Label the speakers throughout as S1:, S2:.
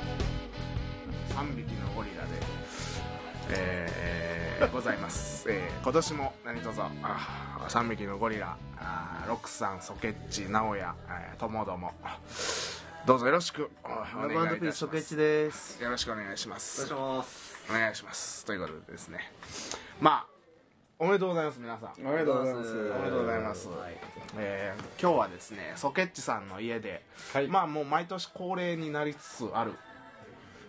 S1: えー今年も何卒あー3匹のゴリラあーロックさんソケッチ直哉えーともどもどうぞよろしくお
S2: ラ
S1: お
S2: ブ
S1: 願いい
S2: ピー
S1: た
S2: ス
S1: し
S2: 初
S1: ま
S2: ケチ
S1: す
S2: です。
S1: よろしくお願いします
S2: お願いします。
S1: お願いしますということでですねまあおめでとうございます皆さん
S3: ありがとうございます。
S1: おめでとうございます、えー今日はですねソケッチさんの家で、
S3: はい
S1: まあもう毎年恒例になりつつある、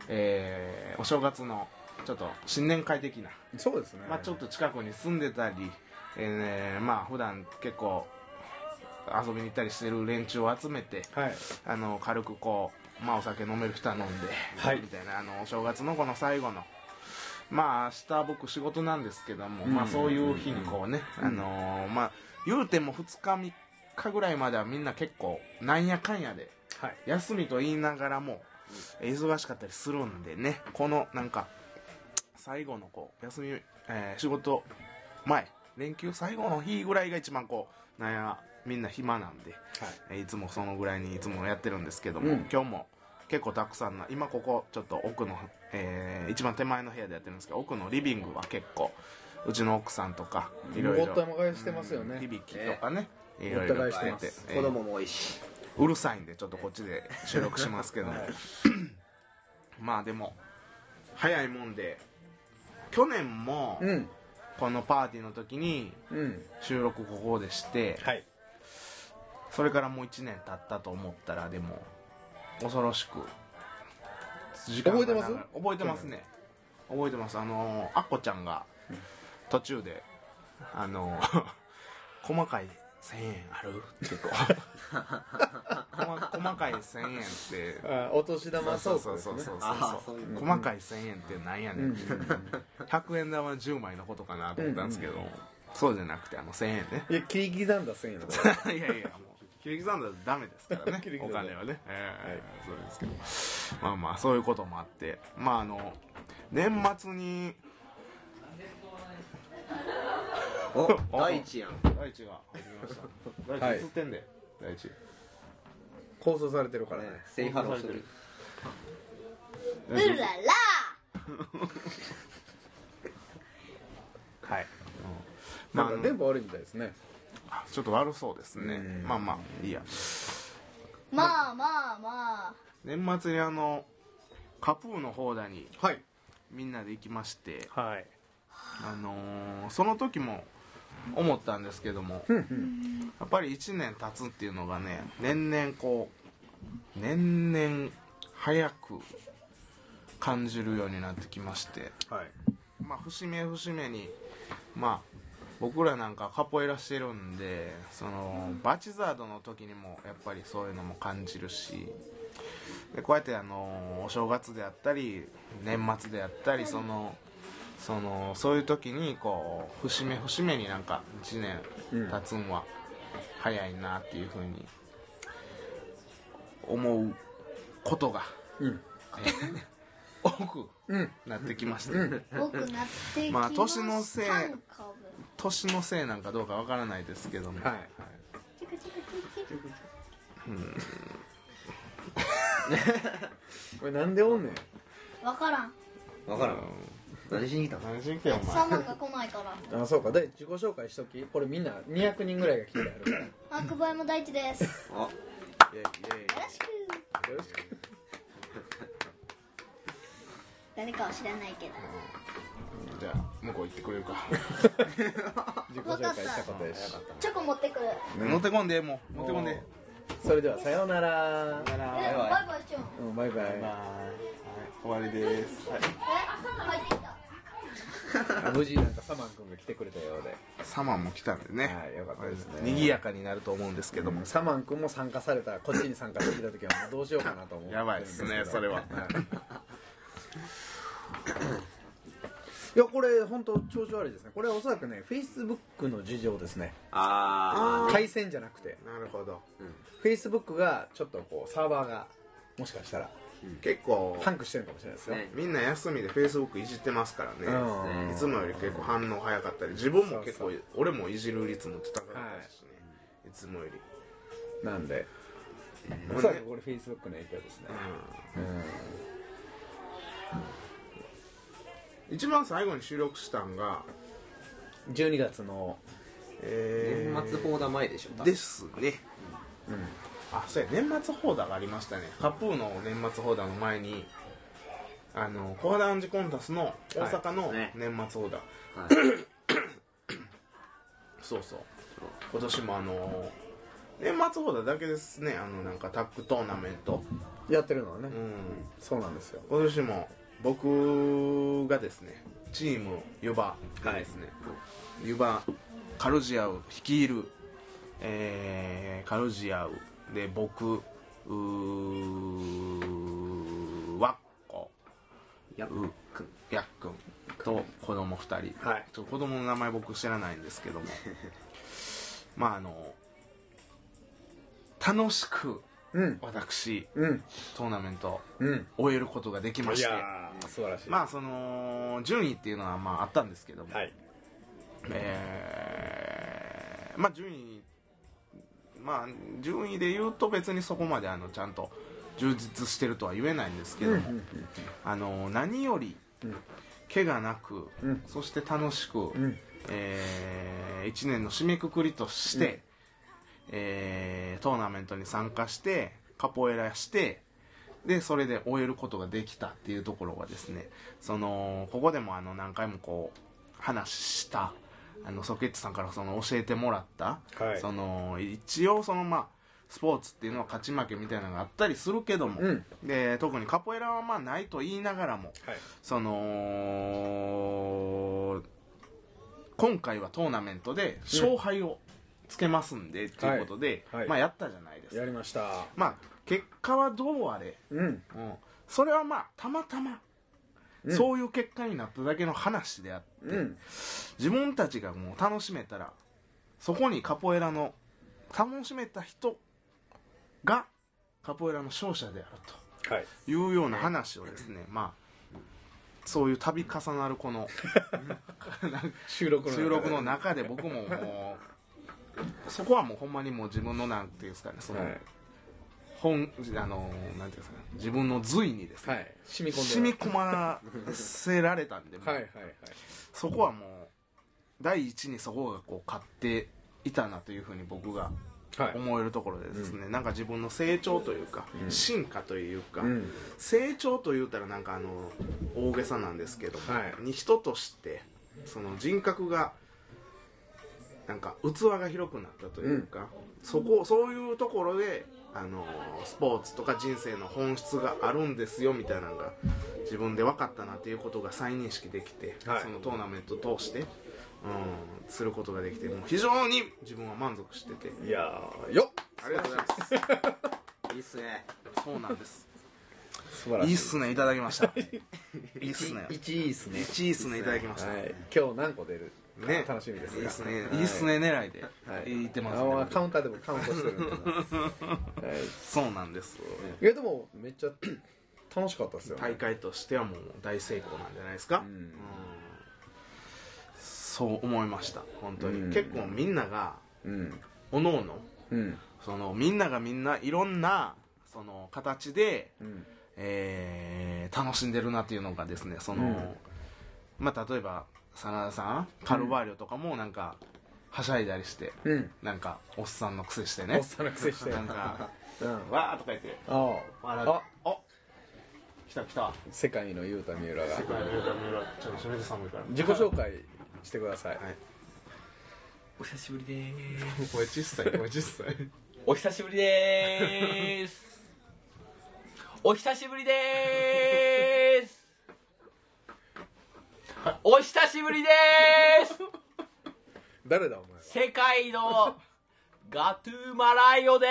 S1: えーお正月のちょっと新年会的な、
S3: そうですね。
S1: まあ、ちょっと近くに住んでたり、えーまあ普段結構遊びに行ったりしてる連中を集めて
S3: はい。
S1: あの軽くこう、まあ、お酒飲める人は飲んで、
S3: はい
S1: みたいなあのお正月のこの最後のまあ明日僕仕事なんですけども、
S3: ん
S1: まあ、そういう日にこうね、
S3: うん
S1: あのーまあ言うても2日3日ぐらいまではみんな結構なんやかんやで
S3: はい。
S1: 休みと言いながらも忙しかったりするんでねこのなんか最後のこう休み、えー仕事前連休最後の日ぐらいが一番こうなんやみんな暇なんで、えーいつもそのぐらいにいつもやってるんですけども、
S3: うん
S1: 今日も結構たくさんな今ここちょっと奥の、えー一番手前の部屋でやってるんですけど奥のリビングは結構うちの奥さんとかいろいろ
S3: ごった返してますよね
S1: うん響きとかね、いろい
S3: ご
S1: ろ
S3: った返して
S1: やっ
S3: ま
S1: て
S3: す
S1: えー
S2: 子供も多いし。
S1: うるさいんでちょっとこっちで収録しますけども、 まあでも早いもんで去年も
S3: うん。
S1: このパーティーの時に
S3: うん。
S1: 収録ここでして、
S3: はい。
S1: それからもう1年経ったと思ったらでも恐ろしく時が
S3: 覚えてます
S1: 流れ覚えてますね覚えてますあのーあっこちゃんが途中であの ー細かい1000円あるってこう細細かい1000円って
S3: あ、お年玉
S1: そ
S3: そうう
S1: そ
S3: そうう
S1: そ
S3: そうう
S1: そう
S2: ああ
S1: そ
S2: そうういう
S1: 細かい1000円ってなんやねん
S3: ん
S1: 100円玉10枚のことかなと思ったんですけどそうじゃなくてあの1000円ね
S3: いや、切り刻んだ千円だから。
S1: いやいやもう切り刻んだらダメですからね
S3: 切 り
S1: お
S3: 刻んだ
S1: 金はねええそうですけどまあまあそういうこともあってまああの年末に
S2: お、第一やん。
S1: 大地が入りました大地映ってんで大地
S3: 構想されてるからね
S2: ね。セイハローする。
S4: うらら
S1: はいうん ま
S3: な
S1: あ
S3: ん
S1: あ
S3: か
S1: の
S3: 電波悪いみたいですね。
S1: ちょっと悪そうですねまあまあいいや
S4: まあまあまあ
S1: 年末にあのカプーの方だに
S3: はい。
S1: みんなで行きまして、
S3: はい。
S1: あのーその時も思ったんですけども、やっぱり1年経つっていうのがね年々こう年々早く感じるようになってきまして
S3: はい。
S1: まあ節目節目にまあ僕らなんかカポエラしてるんでそのバチザードの時にもやっぱりそういうのも感じるしでこうやってあのお正月であったり年末であったりそのそのそういう時にこう節目節目になんか1年経つんは早いなっていうふうに思うことが、
S3: うん
S1: えー 多く
S3: うん。
S1: なってきました。
S4: 多くなってき
S1: まあ
S4: ま
S1: 年
S4: した
S1: のせい
S4: んかも
S1: 年のせいなんかどうかわからないですけども、
S3: はい。
S4: チクチクチクチク
S3: これなんでおんねん。
S4: わからん
S2: わからん。何しに来たの
S1: 何しに来てんお前
S4: 様が来ないから
S3: あそうかで自己紹介しときこれみんな200人ぐらいが来てやる からよ
S4: マクバイも大地ですよ
S2: あ、
S4: ろしく
S3: ろしく
S4: 誰かは知らないけど
S1: じゃあ向こう行ってくれるか
S3: 自己紹介したことです
S4: チョコ持ってくる
S1: 持ってこんでもう持ってこんで
S3: それではさようなら、
S1: さよなら
S4: え
S1: はい
S2: バイ
S4: バイバイしよう
S3: うん、バイバイ
S1: 終わりです、はい、
S4: え入ってきた
S3: 無事なんかサマン君が来てくれたようで
S1: サマンも来たんでね、
S3: はいよかったですね
S1: 賑やかになると思うんですけども、
S3: サマン君も参加されたこっちに参加してきた時はもうどうしようかなと思って
S1: やばいっすねそれはい
S3: やこれ本当調子悪いですねこれはおそらくねフェイスブックの事情ですね
S2: あ
S3: 回線じゃなくて
S1: なるほど
S3: フェイスブックがちょっとこうサーバーがもしかしたら
S1: 結構
S3: パンクしてるかもしれないですよ、
S2: ね
S1: みんな休みでフェイスブックいじってますからね、
S3: うん
S1: いつもより結構反応早かったり自分も結構
S3: そう
S1: 俺もいじる率も高かったしね、い、つもより、
S3: なんで
S1: ん
S3: おそらくこれフェイスブックの影響ですね
S1: 一番最後に収録したんが
S3: 12月の
S1: え
S2: 年末フォーダー前でしょ多
S1: ー、
S2: 分
S1: ですねあそうや年末放題がありましたねカップーの年末放題の前にあのコアダウンジコンタスの大阪の
S2: はいね
S1: 年末放題、
S2: はい
S1: そうそう今年もあの年末放題だけですねあのなんかタッグトーナメント
S3: やってるのはね、
S1: うん
S3: そうなんですよ
S1: 今年も僕がですねチーム湯葉がですね、湯葉カルジアウ率いる、えーカルジアウで僕うーわっこ
S2: やっ
S1: う
S2: くん
S1: やっくんと子供二人、
S3: はい
S1: ちょっと子供の名前僕知らないんですけども まああの楽しく
S3: うん
S1: 私
S3: うん
S1: トーナメントを
S3: うん
S1: 終えることができまして
S3: ー素晴らし
S1: まあその順位っていうのはまああったんですけども、
S3: はい
S1: えーまあ順位まあ順位で言うと別にそこまであのちゃんと充実してるとは言えないんですけども、あの何より
S3: うん
S1: 怪我なく、
S3: うん
S1: そして楽しく、
S3: うん
S1: え1年の締めくくりとして、えートーナメントに参加してカポエラしてでそれで終えることができたっていうところがですねそのここでもあの何回もこう話したあのソケッチさんからその教えてもらった、
S3: はい
S1: その一応そのまあスポーツっていうのは勝ち負けみたいなのがあったりするけども、
S3: うん
S1: で特にカポエラはまあないと言いながらも、
S3: はい
S1: その今回はトーナメントで勝敗をつけますんでっていうことで、
S3: はいはい
S1: まあやったじゃないです
S3: や
S1: か
S3: りました
S1: まあ結果はどうあれ、
S3: うん
S1: うん、それはまあたまたま、
S3: うん
S1: そういう結果になっただけの話であって、
S3: うん
S1: 自分たちがもう楽しめたらそこにカポエラの楽しめた人がカポエラの勝者であると
S3: はい
S1: いうような話をですね、まあそういう度重なるこの
S3: 収録の
S1: 収録の中で僕ももうそこはもうほんまにもう自分のなんていうんですかねその、
S3: はい
S1: 本あのなんていうんですかね自分の髄にですね、
S3: はい染み込んで
S1: 染み込ませられたんで、もう
S3: はいはいはい
S1: そこはもう第一にそこがこう勝っていたなというふうに僕が
S3: はい
S1: 思えるところでですね、なんか自分の成長というか、
S3: うん
S1: 進化というか、
S3: うん
S1: 成長と言うたらなんかあの大げさなんですけど、
S3: はい
S1: に人としてその人格がなんか器が広くなったというか、そこそういうところであのスポーツとか人生の本質があるんですよみたいなのが自分で分かったなということが再認識できて、
S3: はい
S1: そのトーナメントを通して、うん、することができてもう非常に自分は満足してて
S3: いやーよっ
S1: ありがとうございます
S2: いいっすね
S1: そうなんです
S3: 素晴らし
S1: い
S3: い
S1: いっす ねいただきましたいいっすね
S3: 一いいっすね
S1: 1位っすねいただきました、
S3: はい今日何個出る
S1: ね
S3: 楽しみです
S1: いいっすね、
S3: はい
S1: い、いっすね狙いで
S3: はい
S1: 言ってます
S3: あ
S1: ね、
S3: まあカウンターでもカウントし てるんではい
S1: そうなんです
S3: いやでもめっちゃ 楽しかったですよね
S1: 大会としてはもう大成功なんじゃないですか、
S3: うん
S1: うんそう思いました本当に、
S3: うん
S1: 結構みんなが
S3: うん
S1: おのおの
S3: うん
S1: そのみんながみんないろんなその形で、
S3: うん
S1: えー楽しんでるなっていうのがですねその、
S3: うん
S1: まあ例えば真田さんカルバーリョとかもなんかはしゃいだりして、
S3: うん
S1: なんかおっさんの癖して
S3: お
S1: ね
S3: っさんの癖して
S1: な
S3: うんん
S1: か
S3: あ
S1: わーとか言って笑って
S3: あ
S1: あ来た来た
S3: 世界の雄太三浦が
S1: 世界の三浦ちょっと締めて寒いから
S3: 自己紹介してください
S1: はい
S5: お久しぶりでーす。
S1: 声小さい声小さい
S5: お久しぶりでーす。お久しぶりでーす。お久しぶりでーす。
S3: 誰だお前
S5: 世界のガトゥマライオで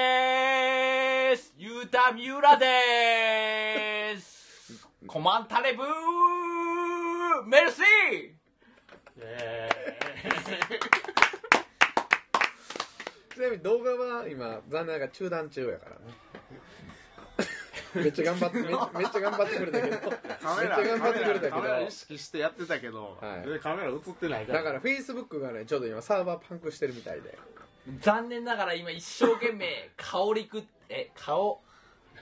S5: ーす。ユータミューラでーす。コマンタレブーメルシーイエーイ
S3: ちなみに動画は今残念ながら中断中やからねめっちゃ頑張ってめっめっちゃ頑張ってくれたけどめっち
S1: カメラ
S3: ゃ頑張ってくれたけ
S1: カメラ意
S3: ど
S1: 識してやってたけど、
S3: はい
S1: でカメラ映ってないから
S3: だからフェイスブックがねちょうど今サーバーパンクしてるみたいで
S5: 残念ながら今一生懸命香りくえ顔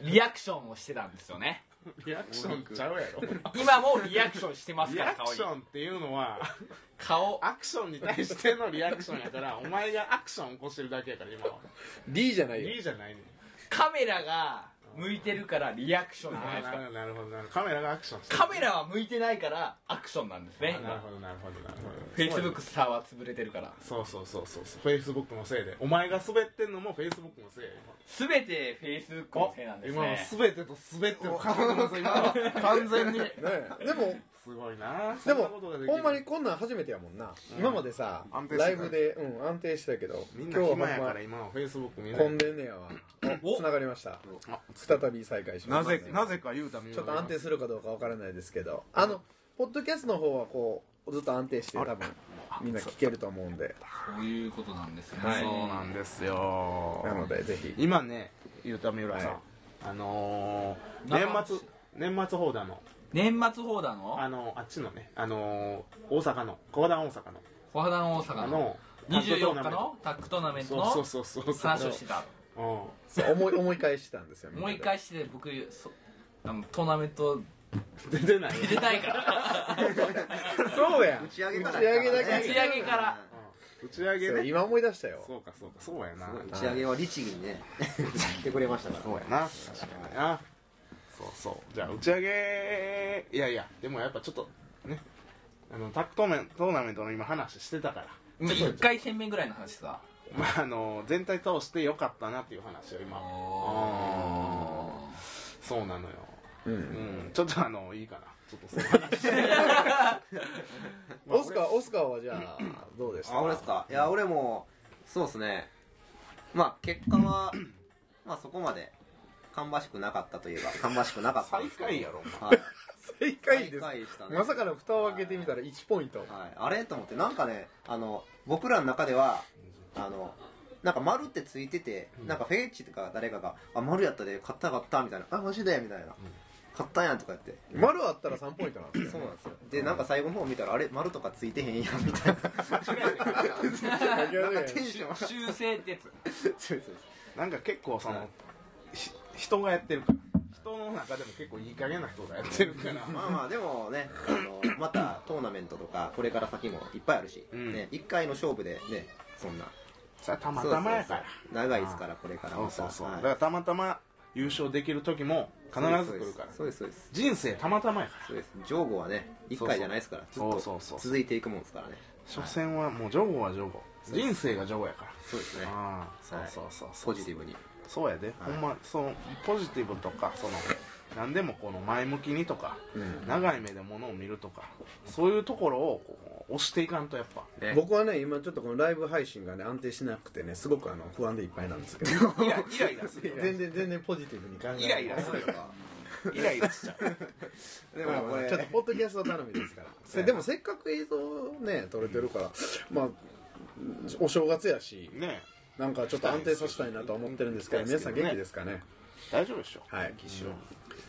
S5: リアクションをしてたんですよね
S1: リアクションちゃうやろ
S5: 今もリアクションしてます
S1: リ
S5: か
S1: ア
S5: ら
S1: クションっていうのは
S5: 顔
S1: アクションに対してのリアクションやから お前がアクション起こしてるだけやから今は
S3: D じゃないよ
S1: いいじゃないねん
S5: カメラが向いてるからリアクションじゃない
S1: あ
S5: ですか
S1: ーなるほどなるほどカメラがアクションする
S5: カメラは向いてないからアクションなんですね
S1: あなるほどなるほどなるほど
S5: フェイスブックさんは潰れてるから
S1: そうそうそうそうそうフェイスブックのせいでお前が滑ってんのもフェイスブックのせいや
S5: 全てフェイスブックのせいなんです
S1: 今の
S5: ね
S1: 全てと全てをかぶってます今の完全に
S3: ねえでも
S1: すごいな
S3: で
S1: そんな
S3: も
S1: ことができる
S3: ほんまにこんなん初めてやもんな、今までさ
S1: 安定してた
S3: ライブで、うん、安定してたけど
S1: みん
S3: 今
S1: な
S3: 日はほん
S1: 暇
S3: ま
S1: やから今のフェイスブック見ない
S3: 混んでんねやわ
S5: お
S3: つながりました
S1: あ
S3: 再び再開しま
S1: な
S3: した
S1: ぜなぜか言うために
S3: ちょっと安定するかどうかわからないですけどあのポッドキャストの方はこうずっと安定して多分みんな聞けると思うんで
S5: そういうことなんですね、
S3: はい
S1: そうなんですよ
S3: なのでぜひ
S1: 今ね言うた三浦さん、
S3: はい
S1: あのー、
S5: 生
S1: 年末年末放談の
S5: 年末放談の
S1: あのあっちのねあのー、大阪の講談大阪の
S5: 小肌の大阪
S1: あ
S5: の
S1: の
S5: 24日のタッグトーナメント
S1: そう
S5: の
S1: そうそうそう
S5: 話をしてた
S1: うん
S3: そう思い思い返してたんですよみん
S5: も
S3: な
S5: う
S3: で
S5: 一回して僕そあのトーナメント
S1: 出て ない
S5: 出たいから
S3: そうやん
S2: 打ち上げから
S3: 打ち上げだけ
S5: 打ち上げから
S1: 打ち上げ
S3: そう
S1: ね
S3: 今思い出したよ
S1: そうかそうかそうやな
S2: うん打ち上げは律儀 にねやってくれましたから
S1: そうやな確かになそうそうじゃあ打ち上げいやいやでもやっぱちょっとねあのタックトーメントーナメントの今話してたから
S5: 一回戦目ぐらいの話さ
S1: まああの全体通して良かったなっていう話を今うんそうなのよ
S3: うん
S1: うんちょっとあのいいかなちょっとその話
S3: オスカーオスカーはじゃあどうでした
S2: あ俺ですかいや俺もそうですねまあ結果は まあそこまで芳しくなかったといえば芳しくなかったん
S1: 最
S2: ですけ
S1: 下
S2: ど
S1: 位やろ
S2: はい
S3: 正解です
S2: 最下位でしたね
S3: まさかの蓋を開けてみたら1ポイント
S2: はい、あれと思ってなんかねあの僕らの中ではあのなんか丸ってついてて、
S1: うん
S2: なんかフェイチとか誰かが「あ丸やったで買った買った」みたいな「あマジで」みたいな「買ったんやん」とか言って
S3: 丸あったら3ポイントなんですよ
S2: そうなんですよでなんか最後の方見たら「あれ丸とかついてへんやん」みたい ななんかテンションがそう
S5: 修正ってやつ
S2: そうそう
S1: なんか結構そ
S2: は
S1: の
S2: い
S1: ひ人がやってるから人の中でも結構いい加減な人がやってるから
S2: まあまあでもねあのまたトーナメントとかこれから先もいっぱいあるし、
S1: うん
S2: ね、1回の勝負でねそんな
S1: さあたまたまやから
S2: そうそうそう長いですからこれから
S1: そ
S2: ま
S1: う
S2: た
S1: そうそう、
S2: はい
S1: だからたまたま優勝できる時も必ず来るから
S2: そうですそうです
S1: 人生たまたまやから
S2: そうです上後はね一回じゃないですからずっ
S1: そうそう
S2: と
S1: そうそうそう
S2: 続いていくもんですからね
S1: 所詮はもうジョゴはジョゴ
S2: う
S1: 人生がジョゴやから
S2: そうですね
S1: ああそう
S2: はい
S1: そうそうそう
S2: ポジティブに
S1: そうやで、
S2: はい
S1: ほんまそのポジティブとかその何でもこの前向きにとか、長い目でものを見るとかそういうところをこう押していかんとやっぱ
S2: ね
S3: 僕はね今ちょっとこのライブ配信がね安定しなくてねすごくあの不安でいっぱいなんです けど
S1: イライライラする
S3: 全然全然ポジティブに考えて
S1: イライラするイライラし ちゃう
S2: で
S3: まあ
S2: も
S3: ま
S2: こ
S3: あ
S2: れ
S3: ちょっとポッドキャスト頼みですからせでもせっかく映像ね撮れてるからまあお正月やし
S1: ね
S3: なんかちょっと安定させたいなと思ってるんですけど皆さん元気ですかね
S1: え大丈夫でしょ
S3: はい
S1: い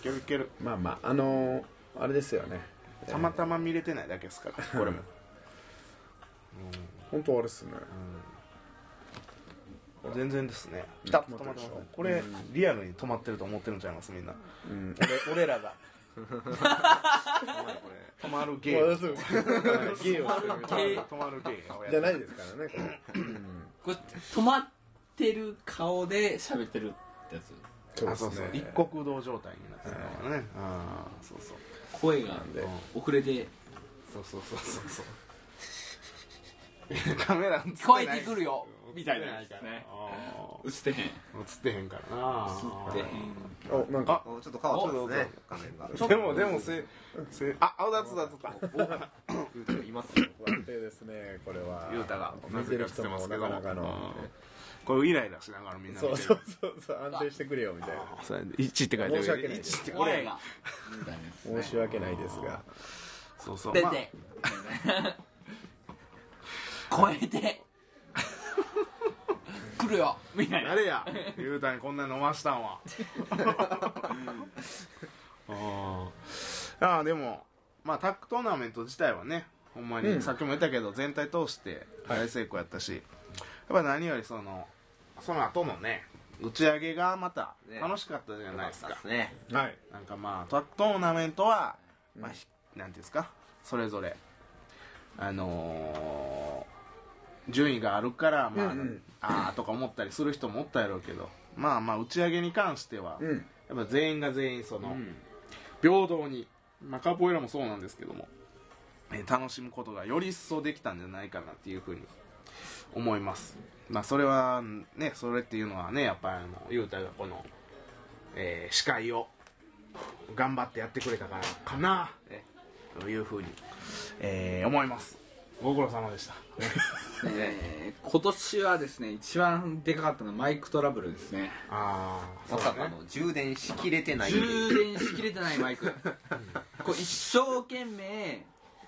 S1: けるいける
S3: まあまああのーあれですよね
S1: たまたま見れてないだけですからこれも
S3: 本当あれっすね
S1: 全然ですね
S3: ん
S1: ピタッと止まって
S3: 止まってるでし
S1: ま
S3: ょ
S1: すこれリアルに止まってると思ってるんちゃいますみんな
S3: うん
S1: 俺俺らが止まるゲーム
S3: そうはい芸をするみたいな
S1: 止まるゲームをや
S3: じゃ
S1: る
S3: ないですからねこれうん
S5: これ止まってる顔で喋ってるってやつ
S3: そう
S1: あ
S3: で
S1: そう
S3: す
S1: そう
S3: ね
S1: 一国道状態になってるからねああそうそう
S5: 声が
S3: なんで
S5: 遅れて
S1: そうそうそうそうそうカメラ
S5: 聞こえてくるよみたいなや
S1: や
S5: つ
S1: つ
S5: で
S1: ね
S5: すね映ってへん映
S1: 映ってへんからな
S5: ってへん
S3: おなんか
S2: おちょっと変わってますね画面が
S1: でもでもせせあ青だつだとか
S2: 言うていますよ
S3: 安定ですねこれは
S1: ゆうたが
S3: 見てる人もなかなかの
S1: これイライラしながらみんな見て
S3: そ
S1: る
S3: うそうそうそう安定してくれよみたいな
S1: そうやね一って書いて
S3: 申し訳ない
S1: 一ってこ
S5: 声
S1: れ
S5: が
S3: 申し訳ないですが
S1: そうそう
S5: 出
S1: まあ
S5: て 超えて来るよみたいな
S1: 誰やゆうたにこんな飲ましたんは あーあーでもまあタックトーナメント自体はねほんまに、
S3: うん
S1: さっきも言ったけど全体通して大成功やったし、やっぱ何よりそのその後のね打ち上げがまた
S2: ね
S1: 楽しかったじゃないですか、
S2: ですね
S3: はい
S1: なんかまあトトーナメントは、まあ、ひなんていうんですかそれぞれあのー順位があるからまあ、
S3: うんうん
S1: ああとか思ったりする人もおったやろうけどまあまあ打ち上げに関しては、
S3: うん
S1: やっぱ全員が全員その、
S2: うん
S1: 平等に、まあ、カポエラもそうなんですけども、えー楽しむことがより一層できたんじゃないかなっていうふうに思いますまあそれはねそれっていうのはねやっぱりあの雄太がこの、えー司会を頑張ってやってくれたからかな、ねというふうに、えー思いますご苦労様でした
S6: えー今年はですね一番でかかったのはマイクトラブルですね
S1: ああ
S2: まさかの充電しきれてない
S6: 充電しきれてないマ イクこう一生懸命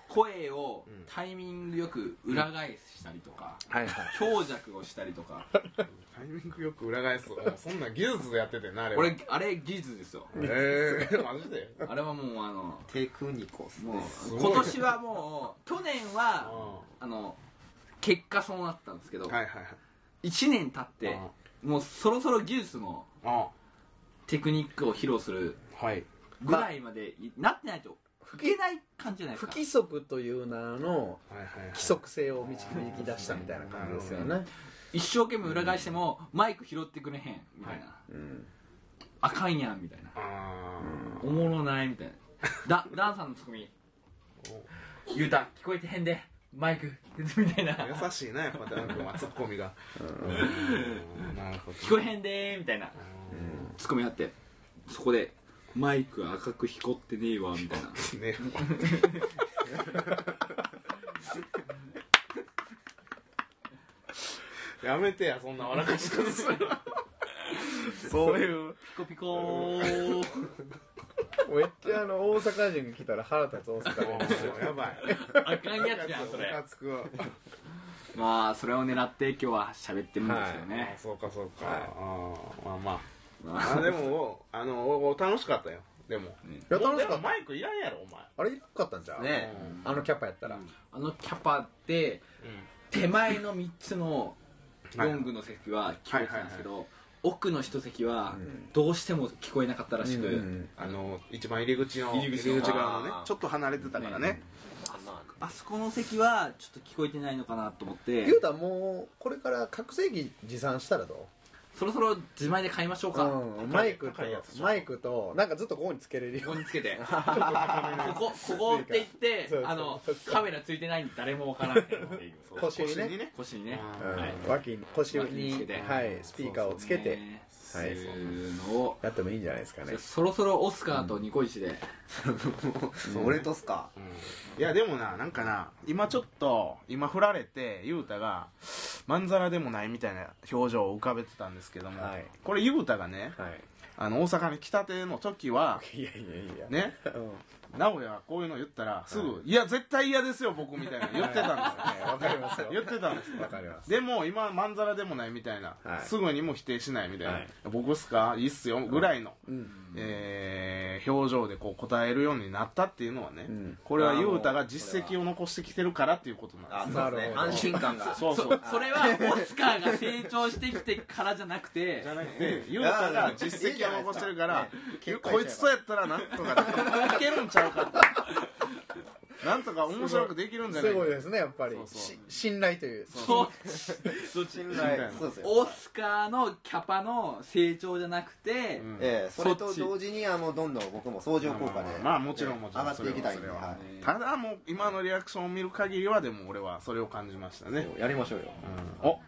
S6: 声をタイミングよく裏返したりとか、
S1: はいはい
S6: 強弱をしたりとか
S1: タイミングよく裏返すもうそんな技術でやっててなあれは
S6: 俺あれ技術ですよ
S1: え ー、マジで
S6: あれはもうあの
S2: テクニコス
S6: もう
S1: ごい
S6: 今年はもう去年
S1: あ
S6: は
S1: は
S6: あの結果そうなったんですけど、
S1: いはいはい
S6: 1年経ってもうそろそろ技術も
S1: あ
S6: テクニックを披露する
S1: あはい
S6: ぐらいまでいなってないと吹けない感じじゃないです
S3: 不
S6: か
S3: 規則という名の
S1: はいはいはい
S3: 規則性を導き出したみたいな感じですよね、
S6: 一生懸命裏返してもマイク拾ってくれへんみたいな、
S3: うん、
S6: あかんやんみたいな
S1: あ
S6: おもろないみたいなだダンさんのツッコミ「ゆうた聞こえてへんでマイク」みたいな
S1: あ優しいなやっぱダン君はツッコミがうんなるほど
S6: 聞こえへんでーみたいなツッコミあってそこで「マイク赤く光ってねえわ」み たいな
S1: ねやめてやそんな笑かし方 するそういう
S6: ピコピコー
S3: めっちゃあの大阪人が来たら腹立つ大阪弁ですよ
S1: やばい
S6: あかんやつやんそ
S1: ムカ
S6: れ
S1: つくわ
S6: まあそれを狙って今日は喋ってるんですよ
S1: あ
S6: ね、
S1: そうかそうかあーまあま
S6: ま
S1: ああ
S6: あ
S1: でもあのおお楽しかったよでも
S3: いや楽し
S1: で
S3: か
S1: も
S3: った
S1: マイクいらんやろお前
S3: あれよかったんじゃん、
S2: ね
S3: あのキャパやったら、
S6: あのキャパで手前の3つの
S1: はい
S6: ロングの席は聞こえてたんですけど奥の一席はどうしても聞こえなかったらし
S3: うん
S6: く
S1: あの一番入り口の
S6: 入り口の
S1: 側のね
S2: あー
S1: ちょっと離れてたからね
S6: あそこの席はちょっと聞こえてないのかなと思って
S3: ゆうたもうこれから覚醒器持参したらど
S6: そろそろ自前で買いましょう
S3: う、
S6: か、
S3: うん、マイクと
S1: 高いやつ
S3: マイクとなんかずっとここにつけれる
S6: こ
S3: よ
S6: こにつけて ここここって言 って
S3: そうそう
S6: あのカメラついてないんで誰もわからん っていうので
S3: う腰にね
S6: 腰にね
S3: う、ん
S6: はい
S3: 脇に腰
S6: 脇につけ
S3: に
S6: て
S3: はいスピーカーをつけて
S6: ねそう
S3: はい
S6: いうのを
S3: やってもいいんじゃないですかね
S6: そろそろオスカーとニコイチで、
S2: 俺とっすか
S1: いやでもななんかな今ちょっと今振られて雄太がまんざらでもないみたいな表情を浮かべてたんですけども、
S3: はい
S1: これ雄太がね
S3: は
S1: あの大阪に来たての時はい
S3: いやいやいや
S1: ね
S3: うん
S1: 直哉がこういうの言ったらすぐ「い、や絶対嫌ですよ僕」みたいな言ってたんです
S3: はいわかりますよ
S1: よ言ってたんですよ
S3: わかります
S1: でも今まんざらでもないみたいな、
S3: はい
S1: すぐにも否定しないみたいな、
S3: はい
S1: 僕っすかいいっすよぐらいの、
S3: うん
S1: えー表情でこう答えるようになったっていうのはね、
S3: うん
S1: これは雄太が実績を残してきてるからっていうことなん
S2: あ
S1: ですよ
S2: そうですね
S3: なるほど
S2: 安心感が
S1: そう
S6: そ
S1: そう
S6: それはオスカーが成長してきてからじゃなくて
S1: じゃなくて雄太が実績を残してるから
S3: いいじゃないですか
S1: こいつとやったらなんとかいけるんちゃうかってなんとか面白くできるんじゃな
S3: す
S1: いか
S3: ごいですねやっぱり
S1: そうそう
S3: し信頼という
S6: そう
S2: 信
S1: 頼
S2: そうですよ
S6: オスカーのキャパの成長じゃなくて、
S1: うん
S2: ええそれと同時にあのどんどん僕も相乗効果で
S1: まあもちろんもちろ
S2: 上が
S1: ん
S2: っていきたいんで
S1: それは
S2: は
S1: それはただもう今のリアクションを見る限りはでも俺はそれを感じましたね
S2: いやりましょうよ
S1: うんお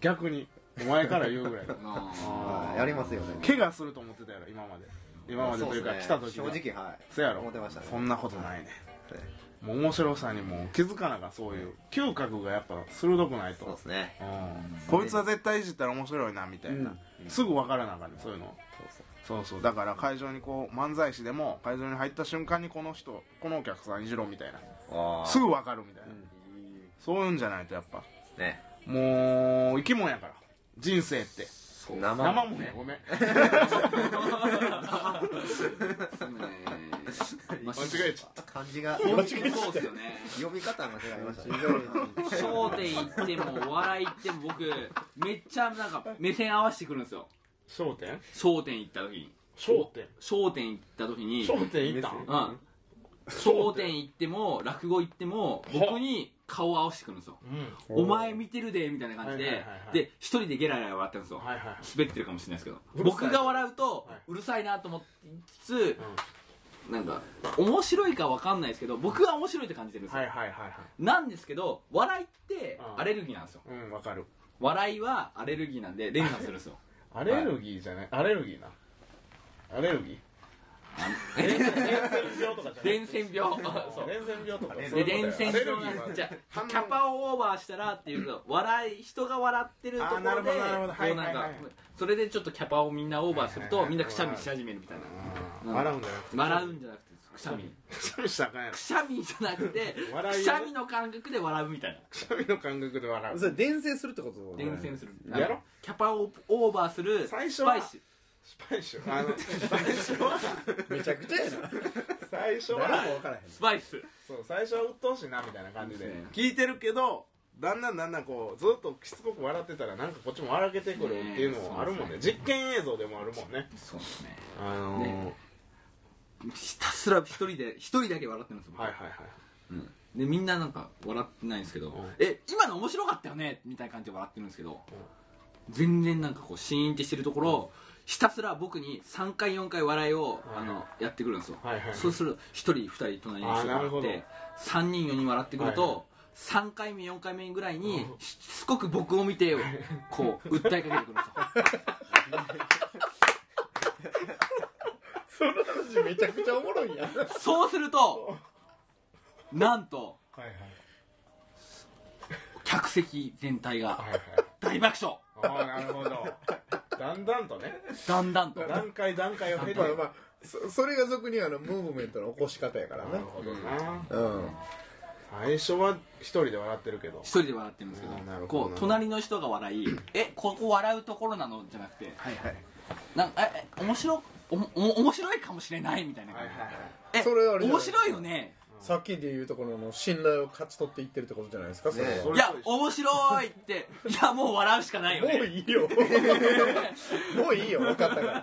S1: 逆にお前から言う ぐらいだ
S6: あ
S2: はいやりますよね
S1: 怪我すると思ってたやろ今まで今までというか来た
S2: そうで
S1: 時
S2: すね
S1: は
S2: 正直はい
S1: そやろ
S2: 思ってましたね
S1: そんなことないね
S2: はい
S1: もう面白さにもう気づかながそういう嗅覚がやっぱ鋭くないと
S2: そうですね
S1: うんこいつは絶対いじったら面白いなみたいな、すぐ分からなあかんねそういうのそうそうだから会場にこう漫才師でも会場に入った瞬間にこの人このお客さんいじろうみたいな
S2: あ
S1: すぐ分かるみたいな、そういうんじゃないとやっぱ
S2: あね
S1: もう生き物やから人生って
S2: 生も
S1: 生もんやごめん
S6: まあ
S1: 間違えちゃっ
S2: 漢字が
S6: 本当にそうですよね
S2: 読み方が間違いましたね
S6: 『笑点』行ってもお笑い行っても僕めっちゃなんか目線合わせてくるんですよ
S7: 焦点
S6: 商店行った時に
S7: 焦点
S6: 商店行った時に
S7: 焦点いった
S6: うん商店行っても落語行って も僕に顔を合わせてくるんですよ
S7: うん
S6: 「お前見てるで」みたいな感じ
S7: はいはい
S6: で
S7: はいはい
S6: で一人でゲラゲラ笑ってるんですよ
S7: はいはい
S6: 滑ってるかもしれないですけど
S7: るさい
S6: 僕が笑うと
S7: はいう
S6: るさいなと思いつつなんか面白いかわかんないですけど僕は面白いって感じてるんです
S1: はい
S6: よ
S1: はいはいはい
S6: なんですけど笑いって
S7: うん
S6: アレルギーなんですよ
S1: うんわかる
S6: 笑いはアレルギーなんで連鎖するん ですよ
S7: アレルギーじゃないアレルギーなアレルギー伝染病とかじゃない
S6: 伝染 病そう
S7: 伝染病とか
S6: で伝染症なんじゃキャパをオーバーしたらっていうと笑い人が笑ってるところで
S1: あーなるほどなるほどはい
S6: こうなん
S1: はい
S6: か
S1: はい
S6: それでちょっとキャパをみんなオーバーする
S1: はい
S6: と
S1: はいはい
S6: みんなくしゃみし始めるみたいなうん
S1: 笑うんだよ
S6: 笑うんじゃなくてくしゃみ
S1: くしゃみしたらあかんやろ
S6: くしゃみじゃなくて
S1: 笑いをね
S6: くしゃみの感覚で笑うみたい
S1: くしゃみの感覚で笑
S3: そうれ伝染するってこと
S6: な
S3: だよ
S6: 伝
S3: ね
S6: 染する
S1: やろ
S6: キャパをオーバーする
S1: 最初
S6: スパ
S1: は
S6: イシ
S1: スパイシュあの
S3: めちゃくち ゃやな
S1: 最初
S3: 誰も
S1: は
S3: 分からへん
S6: スパイス
S1: そう最初は鬱陶しいなみたいな感じで
S6: ですね
S1: 聞いてるけどだんだんだんだんこうずっとしつこく笑ってたらなんかこっちも笑けてくるっていうのもあるもんね
S6: ね
S1: 実験映像でもあるもんね
S6: そうですね
S1: あのー
S6: ねひたすら一人で一人だけ笑ってるんですよ僕
S1: はいはいはい
S6: でみんななんか笑ってないんですけど「
S1: ん
S6: え今の面白かったよね」みたいな感じで笑ってるんですけど、全然なんかこうシーンってしてるところ、ひたすら僕に3回4回笑いを、あのやってくるんですよ、
S1: はいはい
S6: そうすると1人2人隣にし
S1: あ
S6: て
S1: ーなる
S6: 笑
S1: ほ
S6: っ
S1: ど
S6: て3人4人笑ってくると、
S1: はいは
S6: 3回目4回目ぐらいにしつこく僕を見 てこう訴えかけてくるんですよ
S3: めちゃくちゃおもろいやん
S6: そうするとなんと
S1: はいはい
S6: 客席全体が
S1: はいはい
S6: 大爆笑
S1: ああなるほどだんだんとね
S6: だんだんと
S1: 段階段階を経て
S3: まあまあそそれが俗にあのムーブメントの起こし方やからね
S1: な
S3: うん
S1: 最初は一人で笑ってるけど
S6: 一人で笑ってるんですけ
S1: あーな
S6: ど
S1: るほど
S6: こう隣の人が笑い 「えここ笑うところなの?」じゃなくて
S3: はいはい
S6: 「なんかええ面白おもおも面白いかもしれない」みたいな感じでえ
S3: それあれじゃない
S6: 面白いよね
S3: さっきで言うところの信頼を勝ち取っていってるってことじゃないですかそれは、
S1: そ
S6: い
S1: れ
S6: や面白いっていやもう笑うしかないよ
S3: もう
S6: ね
S3: いいよもういいよ分かったからも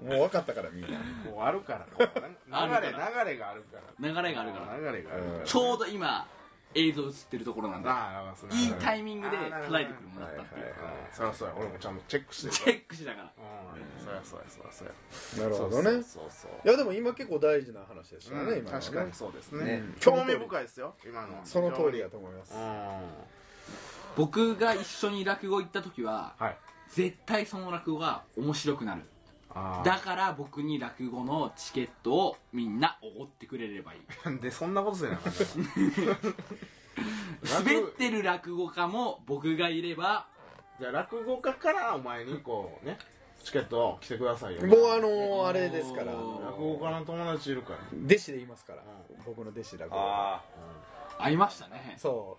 S3: う分かったからみんな
S1: もうあるからこう
S6: あるか
S1: 流れ流れがあるから
S6: 流れがあるから
S1: 流れがあるから
S6: ちょうど今映像映ってるところなんだ
S1: ああそう
S6: いいタイミングで
S1: あーなるほど
S6: 叩いてくるもらったっていう
S1: うんそりゃそうや俺もちゃんとチェックしてる
S6: チェックしながら
S1: うんそりゃそうやそりゃそうや
S3: なるほどね
S1: そうそう
S3: いやでも今結構大事な話ですから
S1: そう
S3: ね、
S1: うん
S3: 今のはね
S1: 確かにそうですね
S2: ね
S1: 興味深いですよ今のは
S3: その通りだと思いま
S1: う
S3: す
S1: ん
S6: 僕が一緒に落語行った時は
S1: はい
S6: 絶対その落語が面白くなる
S1: あ
S6: だから僕に落語のチケットをみんなおごってくれればいい
S1: ーなんでそんなことするのか
S6: 滑ってる落語家も僕がいれば
S1: じゃあ落語家からお前にこうねチケットを来てくださいよ
S3: もうあのー、あれですから
S6: おー
S1: 落語家の友達いるから
S3: 弟子でいますから僕の弟子だから
S2: あ
S6: 会いましたね
S3: そ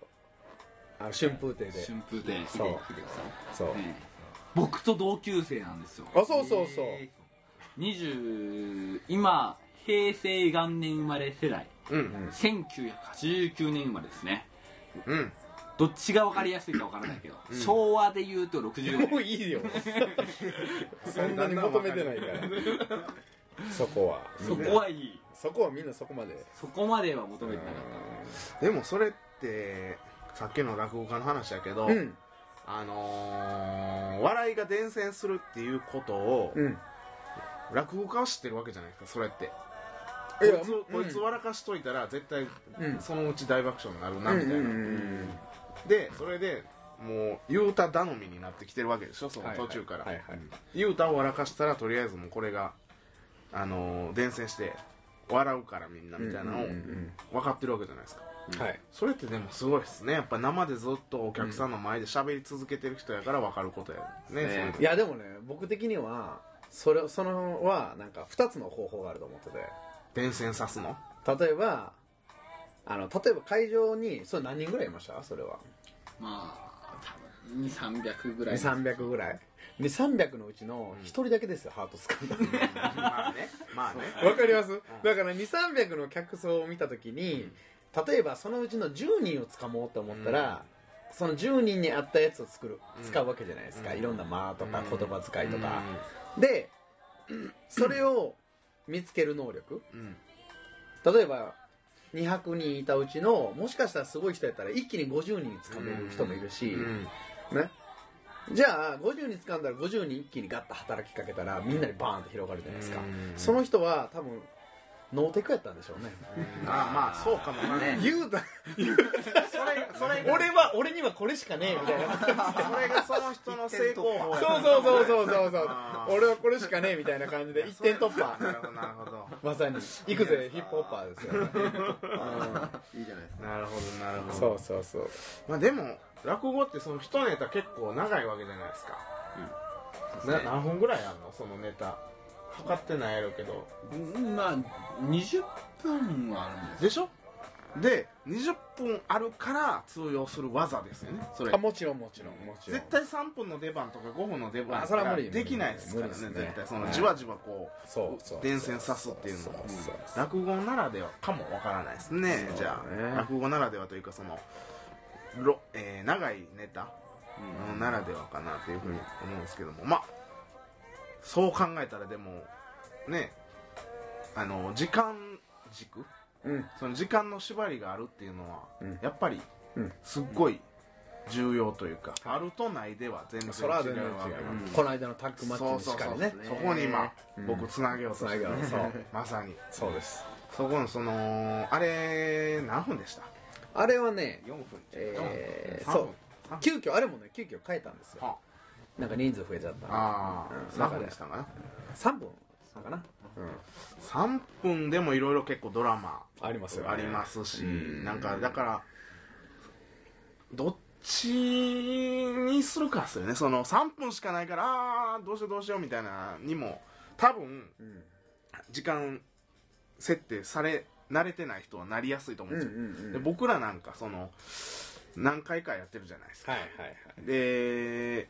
S3: うあの春風亭で
S6: 春風亭
S3: そうそう
S6: ね僕と同級生なんですよ
S3: あそうそうそう、
S6: 20今平成元年生まれ世代
S1: うん
S6: 1989年生まれですね
S1: うん
S6: どっちが分かりやすいか分からないけど、昭和で言うと64
S3: も
S6: 年
S3: ういいよそんなに求めてないからそこは
S6: そこはいい
S3: そこはみんなそこまで
S6: そこまでは求めてなかっ
S1: でもそれってさっきの落語家の話やけど、
S3: うん
S1: あのー、笑いが伝染するっていうことを、
S3: うん
S1: 落語家は知ってるわけじゃないですかそれってこ
S3: い
S1: い
S3: や
S1: つ、
S3: うん
S1: こいつ笑かしといたら絶対
S3: うん
S1: そのうち大爆笑になるなみたいな、
S3: うんうんうん
S1: でそれでもう雄太頼みになってきてるわけでしょその途中から雄太、を笑かしたらとりあえずもうこれがあのー伝染して笑うからみんなみたいなのを
S3: うんうんうん
S1: 分かってるわけじゃないですか
S3: はい
S1: それってでもすごいですねやっぱ生でずっとお客さんの前で喋り続けてる人やから分かることやね
S2: ね
S1: そういうの
S3: いやでもね僕的にはそれそのはなんか2つの方法があると思ってて
S1: 伝染さすの
S3: 例えばあの例えば会場にそれ何人ぐらいいましたそれは
S6: たまあ多分2300ぐらい
S3: 300ぐらいで300のうちの1人だけですよ、ハートつかんだの
S1: まあねまあね
S3: わかりますだから2300の客層を見た時に例えばそのうちの10人をつかもうと思ったら、その10人に合ったやつを作る使うわけじゃないですか、いろんな間とか言葉遣いとか、でそれを見つける能力
S1: うん
S3: 例えば200人いたうちのもしかしたらすごい人やったら一気に50人つかめる人もいるし、
S1: うん
S3: ねじゃあ50人掴んだら50人一気にガッと働きかけたらみんなにバーンと広がるじゃないですか、
S1: うん
S3: その人は多分ノーテクやったんでしょうね、
S1: まあまあそうかもね
S3: 言うた
S1: それそれが
S3: 俺は俺にはこれしかねえみたいな
S1: それがその人の成功法や
S3: そうそうそうそうそうそう
S1: あー
S3: 俺はこれしかねえみたいな感じで一点突破
S1: なるほどなるほど
S3: まさに行くぜヒップホッパーですよ、ね、
S2: いいじゃないですか
S1: なるほどなるほど
S3: そうそうそう
S1: まあでも落語ってその一ネタ結構長いわけじゃないですか、な何本ぐらいあんのそのネタ測ってないやろうけど
S6: うんまあ20分はあるんです
S1: でしょで20分あるから通用する技ですよねそれ
S3: あもちろんもちろんもちろん
S1: 絶対3分の出番とか5分の出番
S3: あそれは無理
S1: ができないですからね
S3: 無理ですね
S1: 絶対そ
S3: は
S1: の
S3: い
S1: じわじわこ
S3: そうそう
S1: う電線刺すっていうのは
S3: そうそうそう
S1: 落語ならではかもわからないですね
S3: そう
S1: じゃあ、
S3: ね
S1: 落語ならではというかそのろ、えー長いネタのならではかなというふうに思うんですけども、まあそう考えたらでもねあの時間軸
S3: うん
S1: その時間の縛りがあるっていうのは、
S3: うん
S1: やっぱり
S3: うん
S1: すっごい重要というか、あるとないでは全然違
S3: それは全
S1: う
S3: 然違う
S1: わけだから
S3: この間のタッグマ
S1: そ
S3: ッ
S1: う
S3: チ
S1: そ
S3: も
S1: う
S3: し
S1: そ
S3: っか
S1: う、
S3: りね
S1: そこに今、
S3: うん
S1: 僕つなげようとしてる
S3: つなげようそう
S1: まさに
S3: そうです
S1: そこのそのあれ何分でした
S3: あれはね
S2: 4分
S3: えー
S1: 三
S3: そう
S1: 分三分
S3: 急遽あれもね急遽変えたんですよ
S1: は
S3: なんか人数増えちゃったな
S1: ああ
S3: うん
S1: ー、何分でしたかな
S3: 3分かな、うん、
S1: 3分でもいろいろ結構ドラマ
S3: ありますよ、ね、
S1: ありますし、
S3: うん
S1: なんかだからどっちにするかっすよねその3分しかないからあーどうしようどうしようみたいなにも多分
S3: うん
S1: 時間設定され慣れてない人はなりやすいと思う
S3: うんんう
S1: で
S3: ん
S1: すよ、
S3: うん
S1: で僕らなんかその何回かやってるじゃないですか、
S3: はいはいはい
S1: で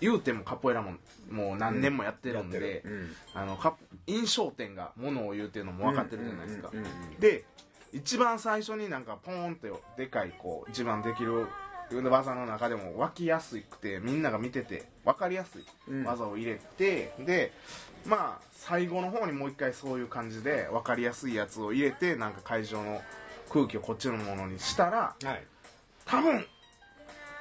S1: 言うてもカポエラももう何年もやってるんで、
S3: うん
S1: あのカ印象点がものを言うっていうのも分かってるじゃないですか、
S3: うんうんうん
S1: で一番最初になんかポーンってでかいこう一番できる技の中でも湧きやすくてみんなが見てて分かりやすい技を入れて、でまあ最後の方にもう一回そういう感じで分かりやすいやつを入れてなんか会場の空気をこっちのものにしたら
S3: うんはい
S1: 多分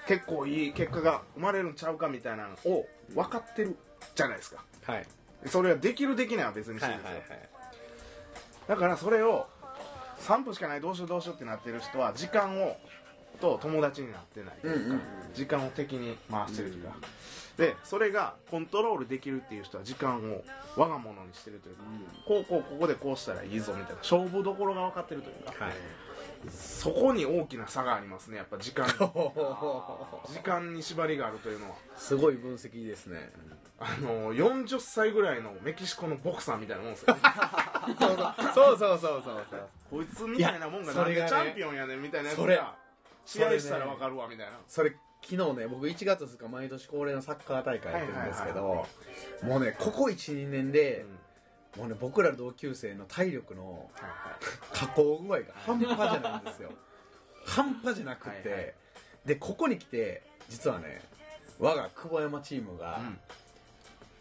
S1: 結構いい結果が生まれるんちゃうかみたいなのを分かってるじゃないですか
S3: はい
S1: それはできるできないは別にしてるんですよ、だからそれを3分しかないどうしようどうしようってなってる人は時間をと友達になってないというか、時間を敵に回してるというか、でそれがコントロールできるっていう人は時間を我が物にしてるというか、こうこうここでこうしたらいいぞみたいな勝負どころが分かってるというか、
S3: はい
S1: そこに大きな差がありますねやっぱ時 間時
S3: ほほほ
S1: 間に縛りがあるというのは
S3: すごい分析ですね
S1: あの40歳ぐらいのメキシコのボクサーみたいなもんですよ
S3: そうそうそうそうそう
S1: こいつみたいなもんが
S3: いや
S1: なんでチ
S3: それがね
S1: ャンピオンやねんみたいなやつ
S3: それ
S1: が試合したら分かるわみたいな
S3: それ昨日ね僕1月2日毎年恒例のサッカー大会やってるんですけど、
S1: は
S3: もうねここ12年で、もうね僕ら同級生の体力の加工具合が半端じゃないんですよ半端じゃなくて、
S1: はいはい
S3: でここに来て実はね我が久保山チームが、
S1: うん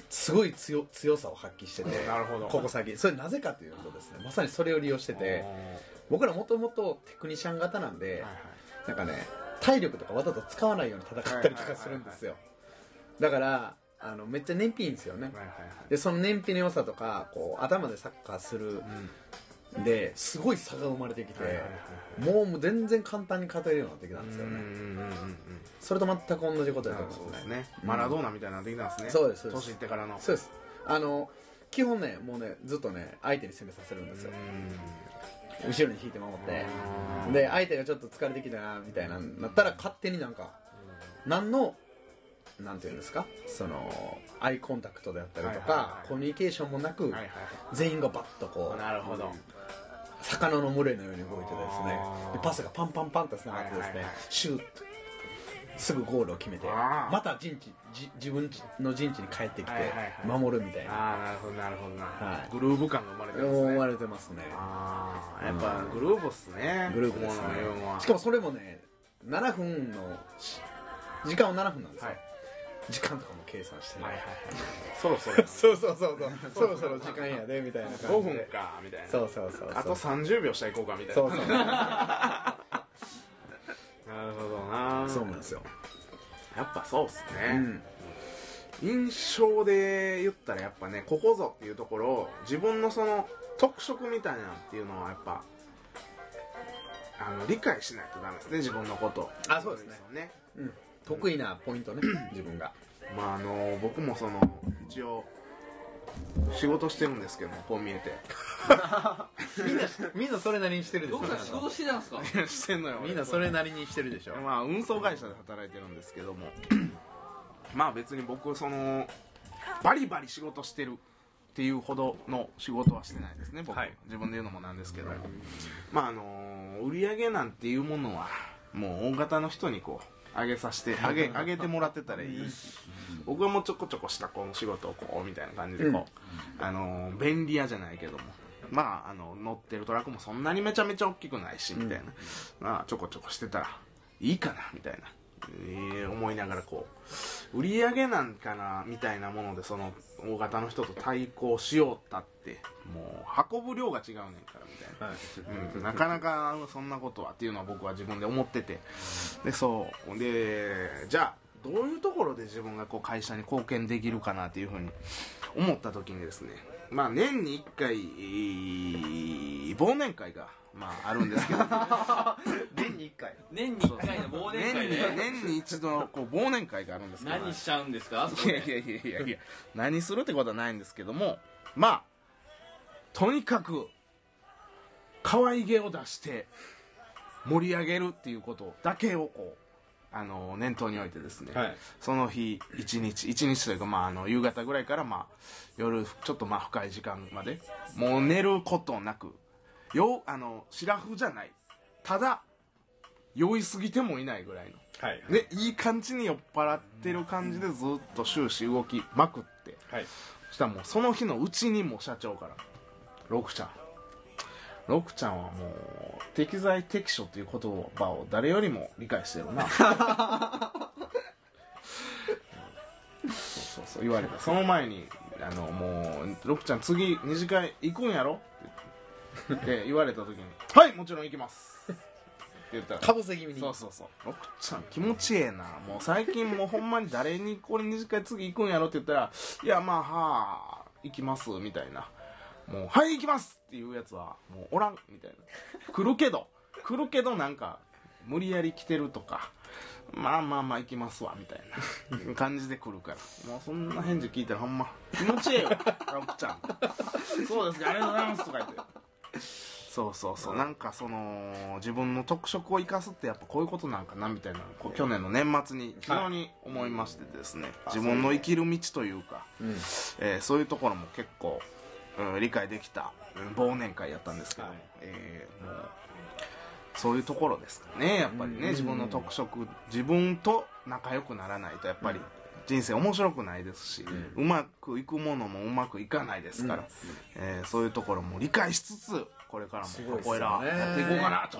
S3: すごい強強さを発揮してて
S1: なるほど
S3: ここ最近それなぜかというとですねまさにそれを利用してて僕らもともとテクニシャン型なんで、なんかね体力とかわざと使わないように戦ったりとかするんですよだからあのめっちゃ燃費いいんですよねでその燃費の良さとかこう頭でサッカーするんですごい差が生まれてきてもうもう全然簡単に勝てるようになってきたんですよねそれと全く同じことだと思
S1: そううんで
S3: ですすね
S1: ねマラドーナみたいになってきたんですね
S3: そうですそうです
S1: 年いってからの
S3: そうですあの基本ねもうねずっとね相手に攻めさせるんですよ後ろに引いて守ってで相手がちょっと疲れてきたなみたいななったら勝手になんか何のなんていうんですかそのアイコンタクトであったりと
S1: はいはい
S3: か
S1: はい
S3: コミュニケーションもなく
S1: はいはい
S3: 全員がバッとこ
S1: なるほど
S3: う魚の群れのように動いてですね
S1: あー
S3: でパスがパンパンパンとつながってです
S1: はいはい
S3: ね
S1: はい
S3: シューッとすぐゴールを決めて
S1: あー
S3: また陣地じ自分の陣地に帰ってきて
S1: はいはいはい
S3: 守るみたいな
S1: ああなるほどなるほどな
S3: はい
S1: グルーヴ感が生まれてるんです
S3: 思わ
S1: ね
S3: れてますね
S1: ああやっぱグルーヴっすね
S3: グループですね
S1: ものの要は
S3: しかもそれもね7分の時間は7分なんですよ、
S1: はい
S3: 時間とかも計算して、
S1: はいはいそろそろ
S3: そうそうそう そうそろそろ時間やでみたいな感じで
S1: 5分かみたいな
S3: そうそうそうそう
S1: あと30秒したら行こうかみたいな
S3: そうそう
S1: なるほどな
S3: そうなんで すよ、
S1: やっぱそうっす
S3: う
S1: ね、
S3: ん、
S1: 印象で言ったらやっぱねここぞっていうところを自分のその特色みたいなのっていうのはやっぱあの理解しないとダメですね自分のこと
S3: あそうですね
S1: よね
S3: 得意なポイン トね自分が
S1: まああの僕もその一応仕事してるんですけどもこう見えて
S3: みんなそれなりにしてるでしょ
S6: 僕ら仕事してたんですか
S1: してんのよ
S3: みんなそれなりにしてるでしょ
S1: まあ運送会社で働いてるんですけど もまあ別に僕そのバリバリ仕事してるっていうほどの仕事はしてないですね僕、自分で言うのもなんですけどまああのー売り上げなんていうものはもう大型の人にこう上げさせ て上げ上げてもらってたらいいし僕はもうちょこちょこしたこう仕事をこうみたいな感じでこう、あのー便利屋じゃないけどもまああの乗ってるトラックもそんなにめちゃめちゃ大きくないしみたいな、まあちょこちょこしてたらいいかなみたいな、えー思いながらこう売り上げなんかなみたいなものでその大型の人と対抗しようったってもう運ぶ量が違うねんからみたいな。
S3: はい
S1: うんなかなかそんなことはっていうのは僕は自分で思っててでそうでじゃあどういうところで自分がこう会社に貢献できるかなっていうふうに思った時にですねまあ年に1回えー忘年会が、まあ、あるんですけど
S2: 年に1回
S6: 年に1回の忘年
S1: 年
S6: 会
S1: に
S6: で
S1: 年に一度のこう忘年会があるんですけど
S6: 何しちゃうんですかあそこ
S1: いや
S6: で
S1: いやいやいやいや何するってことはないんですけどもまあとにかく可愛げを出して盛り上げるっていうことだけをこうあの念頭に置いてですね、
S3: はい
S1: その日一日一日というか、まあ、あの夕方ぐらいから、まあ、夜ちょっとまあ深い時間までもう寝ることなくよあのシラフじゃないただ酔いすぎてもいないぐらいの
S3: はい
S1: でいい感じに酔っ払ってる感じでずっと終始動きまくって
S3: はい
S1: そしたらもうその日のうちにもう社長から「ロクちゃんロクちゃんはもう適材適所という言葉を誰よりも理解してるな」そうそうそう言われたその前に「あのもうロクちゃん次二次会行くんやろ?」って言われた時に「はいもちろん行きます」って言ったら
S3: かぶせ気味に
S1: そうそうそうロクちゃん気持ちええなもう最近もうほんまに誰にこれ二次会次行くんやろって言ったらいやまあはあ行きますみたいなもうはい行きますっていうやつはもうおらんみたいな来るけど来るけどなんか無理やり来てるとかまあまあまあ行きますわみたいな感じで来るからもうそんな返事聞いたらほんま気持ちええよロクちゃんそうですかありがとうございますとか言ってそうそうそう、なんかその自分の特色を生かすってやっぱこういうことなんかなみたいなこう去年の年末に非常に思いましてですね、自分の生きる道というか、えーそういうところも結構、うん理解できた、うん忘年会やったんですけども、えーもうそういうところですかねやっぱりね、自分の特色自分と仲良くならないとやっぱり人生面白くないですし、うまくいくものもうまくいかないですから、えーそういうところも理解しつつこれからも
S3: すごいっ
S1: こ
S3: すよ
S1: こ
S3: ね
S1: いらやっていこうかなと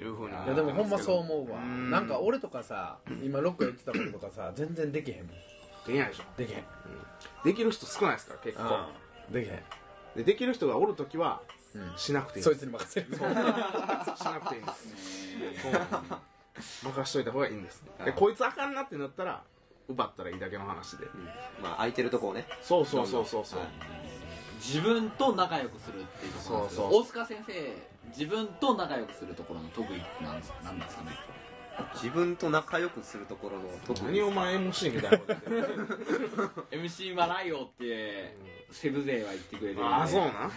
S1: いうふうに
S3: いやでもほんまそう
S1: う
S3: 思うわ
S1: ん
S3: なんか俺とかさ今ロックやってたこととかさ全然できへんもん
S1: できないでしょ
S3: できへん
S1: できる人少ないですから結構
S3: できへん
S1: でできる人がおるときは
S3: うん
S1: しなくていい、
S3: そいつに任せる
S1: しなくていいんです任しといた方がいいんですでこいつあかんなってなったら奪ったらいいだけの話で、
S2: まあ空いてるとこをね
S1: そうそうそうそうそう、
S2: はい
S6: 自分と仲良くするっていうところなんですけど
S1: そうそう
S6: 大塚先生自分と仲良くするところの特技ってなんですなんですかね
S2: 自分と仲良くするところの特技
S1: 何お前 MC みたいなこと言ってる
S6: MC マライオってセブ勢は言ってくれてるんで
S1: ああそうなん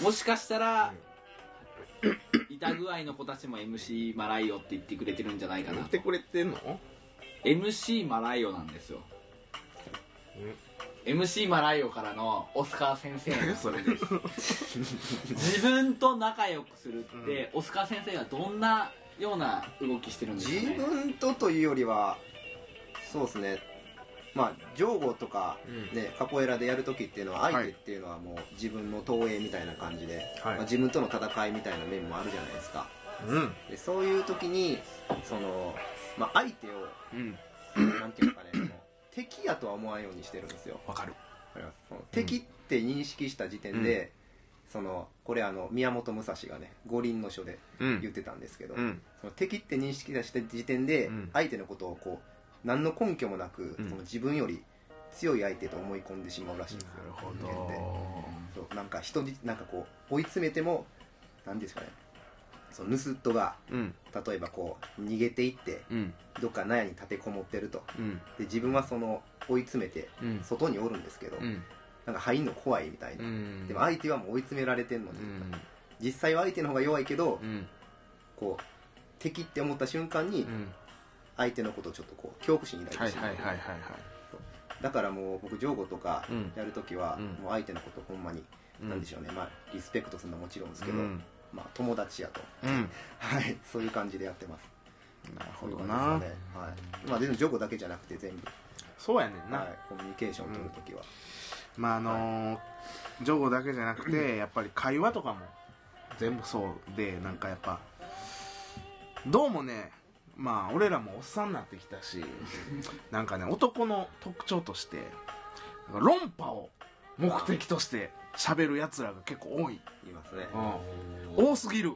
S6: もしかしたら板具合の子たちも MC マライオって言ってくれてるんじゃないか
S1: 言
S6: な
S1: ってくれてんの
S6: MC マライオなんですよ MC マライオからのオスカー先生への
S1: それ
S6: 自分と仲良くするって、オスカー先生がどんなような動きしてるんです
S2: 自
S6: かね
S2: 分とというよりはそうですねまあ上後とか、ねカポエラでやる時っていうのは相手っていうのはもう自分の投影みたいな感じで、
S1: はい
S2: まあ、自分との戦いみたいな面もあるじゃないですか
S1: うん
S2: でそういう時にその、まあ、相手を
S1: うん
S2: なん ていうかねその敵やとは思わんようにしてるんですよ
S1: わかる
S2: その敵って認識した時点で、そのこれあの宮本武蔵がね五輪の書で
S1: う
S2: 言っ
S1: ん
S2: てたんですけど、
S1: うん
S2: その敵って認識した時点で、
S1: うん
S2: 相手のことをこう何の根拠もなく、
S1: うん
S2: その自分より強い相手と思い込んでしまうらしいんですよ
S1: なるほ
S2: 人間って
S1: ど
S2: そうなんか人になんかこう追い詰めても何ですかねその盗っ人が
S1: うん
S2: 例えばこう逃げていって
S1: うん
S2: どっか納屋に立てこもってると
S1: うん
S2: で自分はその追い詰めて
S1: うん
S2: 外におるんですけど、
S1: うん
S2: なんか入んの怖いみたいな、
S1: うん
S2: でも相手はもう追い詰められてんのに、
S1: うん
S2: 実際は相手の方が弱いけど、
S1: うん
S2: こう敵って思った瞬間に
S1: うん
S2: 相手のことをちょっとこう恐怖心に抱
S1: はいい
S2: てし
S1: は
S2: まう、
S1: いはいはいはい
S2: だからもう僕ジョーゴとか
S1: うん
S2: やるときは、
S1: うん
S2: もう相手のことほんまに、
S1: うん
S2: なんでしょうねまあリスペクトするのはもちろんですけど、
S1: うん
S2: まあ友達やと
S1: うん
S2: はいそういう感じでやってます
S1: なる
S2: そ
S1: ほ
S2: ういう
S1: どな
S2: 感じですかねはいまあ全部ジョーゴだけじゃなくて全部
S1: そうやねんな、
S2: はいコミュニケーション取るときは、
S1: まああのー、ジョゴだけじゃなくてやっぱり会話とかも全部そうでなんかやっぱどうもねまあ俺らもおっさんになってきたしなんかね男の特徴としてなんか論破を目的として喋るやつらが結構多い、
S2: 言いますね
S1: 多すぎる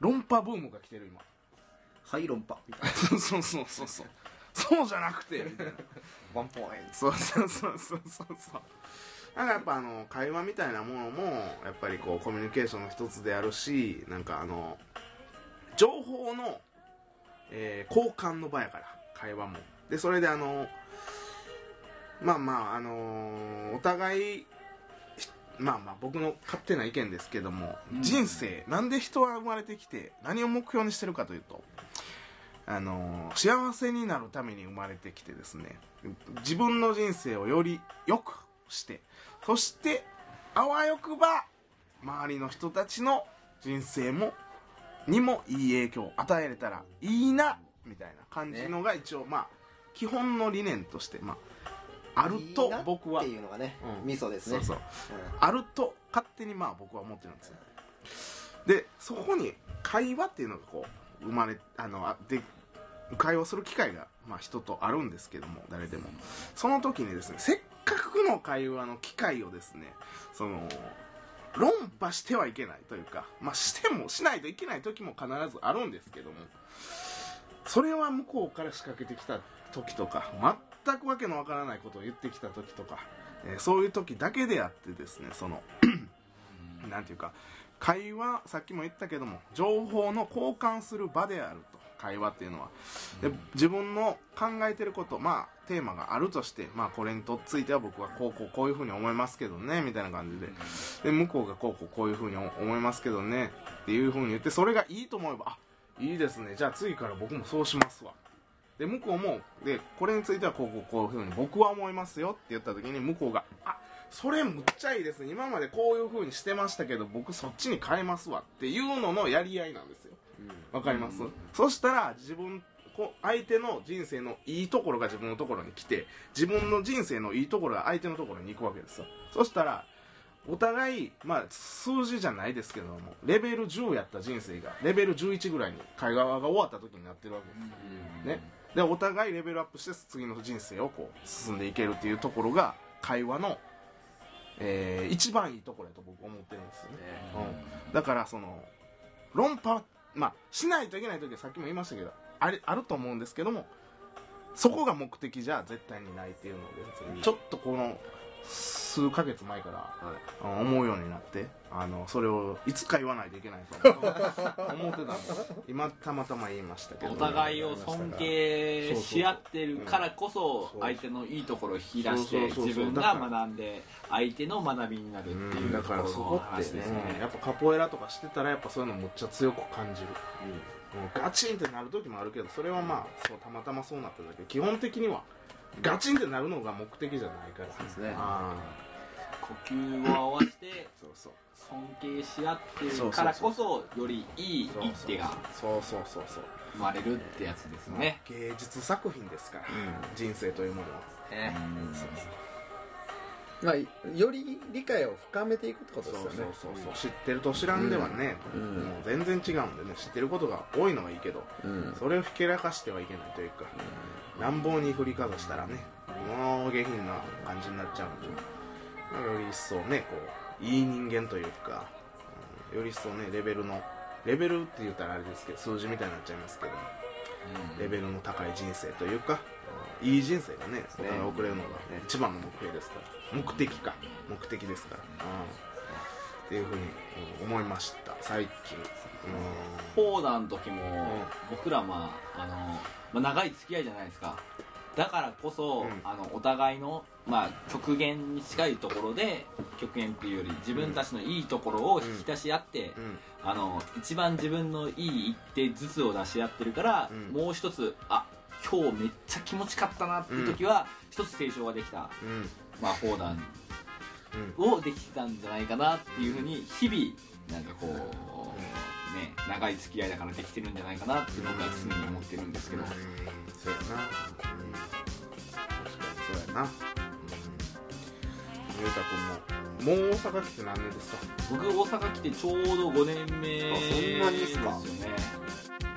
S1: 論破ブームが来てる今
S2: はい論破みたいな
S1: そうそうそうそうそうそうじゃなくてみたいな
S2: ワンポイン
S1: そうそうそうそうそうそうなんかやっぱあの会話みたいなものもやっぱりこうコミュニケーションの一つであるしなんかあの情報の、えー交換の場やから会話もでそれであのまあまああのお互いひまあまあ僕の勝手な意見ですけども、人生なんで人は生まれてきて何を目標にしてるかというとあの幸せになるために生まれてきてですね自分の人生をより良くしてそしてあわよくば周りの人たちの人生もにもいい影響を与えれたらいいなみたいな感じのが一応、まあ基本の理念として、まあ、あると僕は
S2: っていうのがね、
S1: うん
S2: ミソです
S1: そ
S2: ね
S1: うそう
S2: うん
S1: あると勝手にまあ僕は思ってるんですよでそこに会話っていうのがこう生まれあのあで会話する機会が、まあ、人とあるんですけども誰でもその時にですねせっかくの会話の機会をですねその論破してはいけないというか、まあ、してもしないといけない時も必ずあるんですけどもそれは向こうから仕掛けてきた時とか全くわけのわからないことを言ってきた時とか、えーそういう時だけであってですねその なんていうか会話さっきも言ったけども情報の交換する場であると会話っていうのはで自分の考えてることまあテーマがあるとして、まあ、これにとっついては僕はこうこうこういうふうに思いますけどねみたいな感じでで向こうがこうこうこういうふうに思いますけどねっていうふうに言ってそれがいいと思えばあいいですねじゃあ次から僕もそうしますわで向こうもでこれについてはこうこうこういうふうに僕は思いますよって言った時に向こうがあそれむっちゃいいですね今までこういうふうにしてましたけど僕そっちに変えますわっていうののやり合いなんですよわかります、そしたら自分こ相手の人生のいいところが自分のところに来て自分の人生のいいところが相手のところに行くわけですよそしたらお互い、まあ、数字じゃないですけどもレベル10やった人生がレベル11ぐらいに会話が終わった時になってるわけですね、でお互いレベルアップして次の人生をこう進んでいけるっていうところが会話の、えー一番いいところやと僕思ってるんですよね、うん、だからその論破、まあ、しないといけない時はさっきも言いましたけどあれあると思うんですけどもそこが目的じゃ絶対にないっていうのでちょっとこの数ヶ月前からあ思うようになってあのそれをいつか言わないといけないと思ってたんです今たまたま言いましたけど
S5: お互いを尊敬し合ってるからこそ
S1: そう
S5: 相手のいいところを引き出して
S1: そうそうそうそう
S5: 自分
S1: だ
S5: が
S1: から
S5: 学んで相手の学びになるっていうと
S1: だ
S5: こ
S1: から
S5: ろ
S1: そ
S5: の
S1: こっ
S5: 話
S1: て、
S5: です
S1: うんや
S5: ね
S1: っぱカポエラとかしてたらやっぱそういうのむっちゃ強く感じる、うんガチンってなる時もあるけどそれはまあそうたまたまそうなっただけ基本的にはガチンってなるのが目的じゃないからそうです
S2: ね
S5: 呼吸を合わせて
S1: そうそう
S5: 尊敬し合ってるからこそよりいい一手が
S1: そうそうそうそう
S5: 生まれるってやつですね
S1: 芸術作品ですから、人生というものは
S2: ね
S1: そうそう
S3: まあ、より理解を深めていくってこ
S1: そ
S3: と
S1: う
S3: ですよね
S1: そうそうそう知ってると知らんではね、
S3: うん
S1: もう全然違うんでね知ってることが多いのはいいけど、
S3: うん
S1: それをひけらかしてはいけないというか、乱暴に振りかざしたらねもう下品な感じになっちゃうんで、まあより一層ねこういい人間というか、うんより一層ねレベルのレベルって言ったらあれですけど数字みたいになっちゃいますけど、レベルの高い人生というか、うんいい人生がねお互い送れるのが、ね、一番の目標ですから目的か目的ですから、うんっていうふうにうん思いました最近うん
S6: フォーダの時も、僕らまああの、まあ長い付き合いじゃないですかだからこそ、
S1: うん
S6: あのお互いの、まあ、極限に近いところで極限っていうより自分たちのいいところを引き出し合って、
S1: うん
S6: あの一番自分のいい一手ずつを出し合ってるから、
S1: うん
S6: もう一つあ今日めっちゃ気持ちかったなっていう時は、一つ成長ができた、
S1: うん
S6: まあ、フォーダンをできてたんじゃないかなっていうふうに日々なんかこう、ね長い付き合いだからできてるんじゃないかなって僕は常に思ってるんですけど、
S1: うんそうやな、うん、確かにそうやな裕太、うん、君ももう大阪来て何年ですか
S6: 僕大阪来てちょうど5年目
S1: あそんなにっすか
S6: ですよね